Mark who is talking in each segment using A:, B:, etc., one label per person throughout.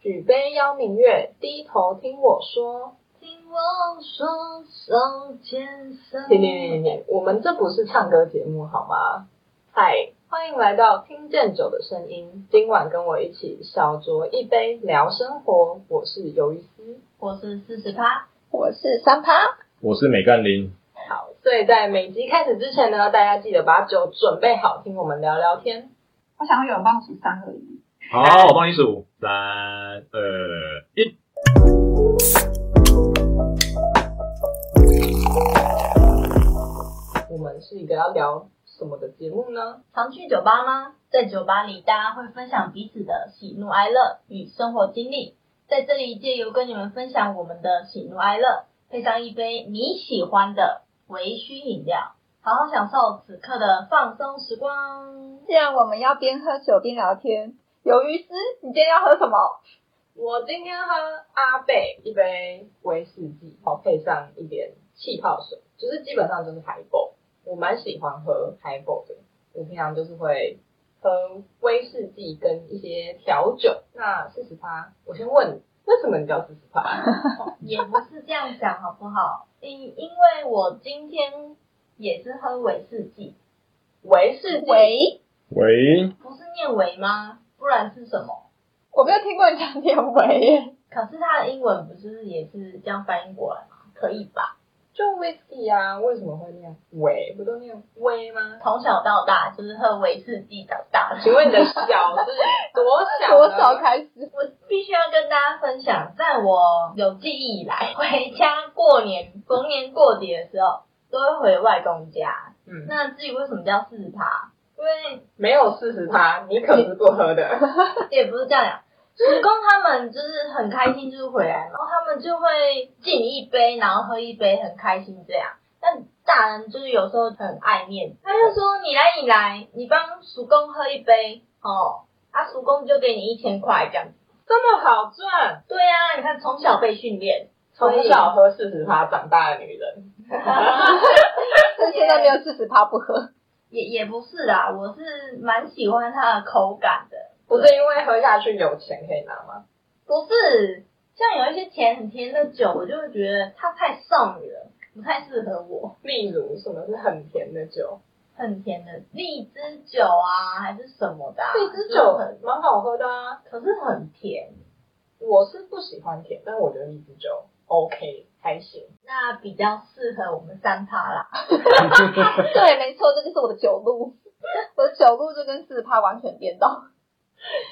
A: 举杯邀明月，低头听我说。
B: 听我说，手牵手。
A: 停停停停停，我们这不是唱歌节目好吗？嗨，欢迎来到听见酒的声音。今晚跟我一起小酌一杯，聊生活。我是鱿鱼丝。
B: 我是四十趴，
C: 我是三趴，
D: 我是美干林，
A: 好，所以在每集开始之前呢，大家记得把酒准备好，听我们聊聊天。
C: 我想要有人帮我数三二一。
D: 好，我帮你数，三二一，
A: 我们是一个要聊什么的节目呢？
B: 常去酒吧吗？在酒吧里，大家会分享彼此的喜怒哀乐与生活经历。在这里，借由跟你们分享我们的喜怒哀乐，配上一杯你喜欢的微醺饮料，好好享受此刻的放松时光。
C: 既然我们要边喝酒边聊天，鱿鱼丝，你今天要喝什么？
A: 我今天喝阿贝一杯威士忌，然后配上一点气泡水，就是基本上就是海狗。我蛮喜欢喝海狗的，我平常就是会喝威士忌跟一些调酒。那四十趴，我先问，为什么你叫四十 趴？
B: 也不是这样讲好不好？因因为我今天也是喝威士忌，
A: 威士忌，
C: 喂，
D: 喂，
B: 不是念维吗？不然是什么？
C: 我没有听过你讲点喂耶，
B: 可是它的英文不是也是这样翻译过来吗？可以吧？
A: 就 whisky 啊，为什么会念威？不都念威吗？
B: 从小到大就是喝威士忌长大的。
A: 请问你的小是多小呢？
C: 多少开始？
B: 我必须要跟大家分享，在我有记忆以来，回家过年、逢年过节的时候，都会回外公家。
A: 嗯，
B: 那至于为什么叫四趴，因为
A: 没有四十趴，你可是不喝 的。
B: 也不是这样讲。职工他们就是很开心，就是回来嘛，然后他们就会敬你一杯，然后喝一杯，很开心这样。但大人就是有时候很爱面子，他就说你来你来，你帮叔公喝一杯哦，啊叔公就给你一千块这样。
A: 这么好赚，
B: 对啊，你看从小被训练，
A: 从小喝四十趴长大的女人，
C: 但现在没有四十趴不喝。
B: 也也不是啦，我是蛮喜欢它的口感的。
A: 不是因为喝下去有钱可以拿吗？
B: 不是，像有一些甜很甜的酒，我就会觉得它太少女了，不太适合我。
A: 例如什么是很甜的酒，
B: 很甜的荔枝酒啊，还是什么的、啊，
A: 这支酒
B: 很，
A: 蛮好喝的啊。
B: 可是很甜。
A: 我是不喜欢甜，但我觉得荔枝酒 OK 还行。
B: 那比较适合我们三趴啦，
C: 对，没错，这就是我的酒 路。我的酒路就跟四十趴完全颠倒。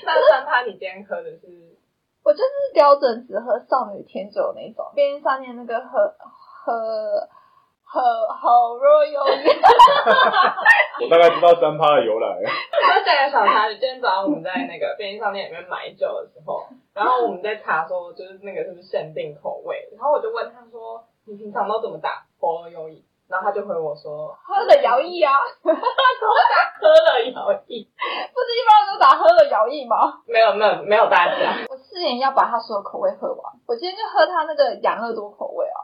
A: 那三趴你今天喝的 是
C: 我就是标准只喝少女甜酒那种，边上面那个喝喝喝好肉 有
D: 我大概知道三趴的由来，
A: 我讲个小插曲，今天早上我们在那个便利商店里面买酒的时候，然后我们在查说就是那个是不是限定口味，然后我就问他说你平常都怎么打喉咙优饮？然后他就回我说
C: 喝的摇曳啊，
A: 喝了摇饮，
C: 不是一般人都打喝的摇曳吗？
A: 没有没有没有大家
C: 我誓言要把他所有口味喝完。我今天就喝他那个养乐多口味啊，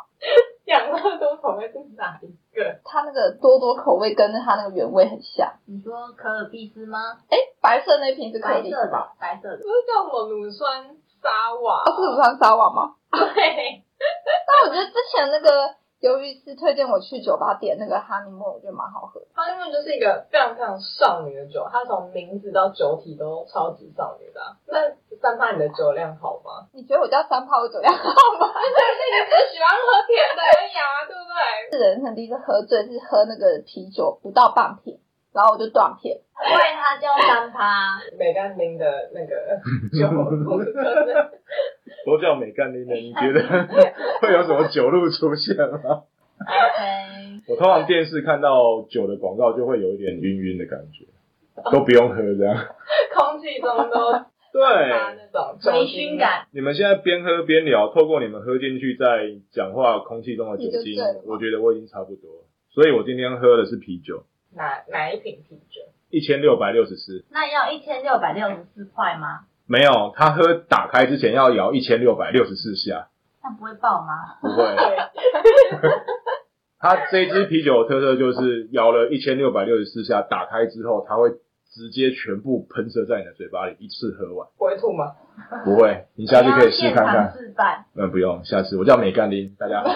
A: 养乐多口味是哪一个？
C: 他那个多多口味跟他那个原味很像。
B: 你说可尔必斯吗？
C: 哎，白色那瓶是可
B: 白
C: 丽
B: 色
C: 吧？
B: 的，白色的
A: 不。是叫什么乳酸沙瓦
C: 啊，？是武昌沙瓦吗？
A: 对，
C: 但我觉得之前那个鱿鱼丝推荐我去酒吧点那个哈尼莫，我觉得蛮好喝的。
A: 它因为就是一个非常非常少女的酒，它从名字到酒体都超级少女的啊、那三八你的酒量好吗？
C: 你觉得我叫三泡酒量 好吗？
A: 只喜欢喝甜的而已啊，对不对？
C: 是人生第一次喝醉是喝那个啤酒，不到半瓶，然后我就断片。
B: 怪它叫三 趴，
A: 美甘林的那个酒路就是
D: 都叫美干林的，你觉得 会有什么酒路出现吗？
B: OK，
D: 我通常电视看到酒的广告，就会有一点晕晕的感觉，都不用喝这样。
A: 空气中都发
D: 对，
A: 那种酒
B: 微
A: 精
B: 醺。感。
D: 你们现在边喝边聊，透过你们喝进去在讲话空气中的酒
C: 你
D: 精
C: 就醉了，
D: 我觉得我已经差不多了，所以我今天喝的是啤酒，
A: 哪哪一瓶啤酒？
D: 一千六百六十四。
B: 那要一千六百六十四块吗？
D: 没有，他喝打开之前要摇一千六百六十四下，
B: 那不会爆吗？
D: 不会。他这支啤酒的特色就是摇了一千六百六十 四下，打开之后，它会直接全部喷射在你的嘴巴里，一次喝完。
A: 不会吐吗？
D: 不会，你下次可以试看
B: 你要现场
D: 看。
B: 示范。
D: 嗯，不用，下次我叫美干林，大家好。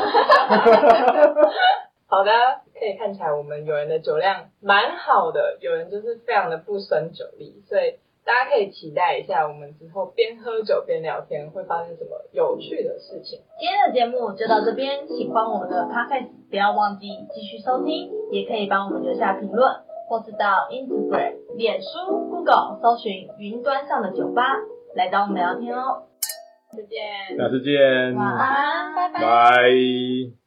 A: 好的，可以看起来我们有人的酒量蛮好的，有人就是非常的不胜酒力，所以大家可以期待一下，我们之后边喝酒边聊天会发生什么有趣的事情。
B: 今天的节目就到这边，喜欢我们的 podcast 不要忘记继续收听，也可以帮我们留下评论，或是到 Instagram、脸书、Google 搜寻“云端上的酒吧”来找我们聊天哦。再见，
D: 下次见，
B: 晚安，拜拜。
D: 拜。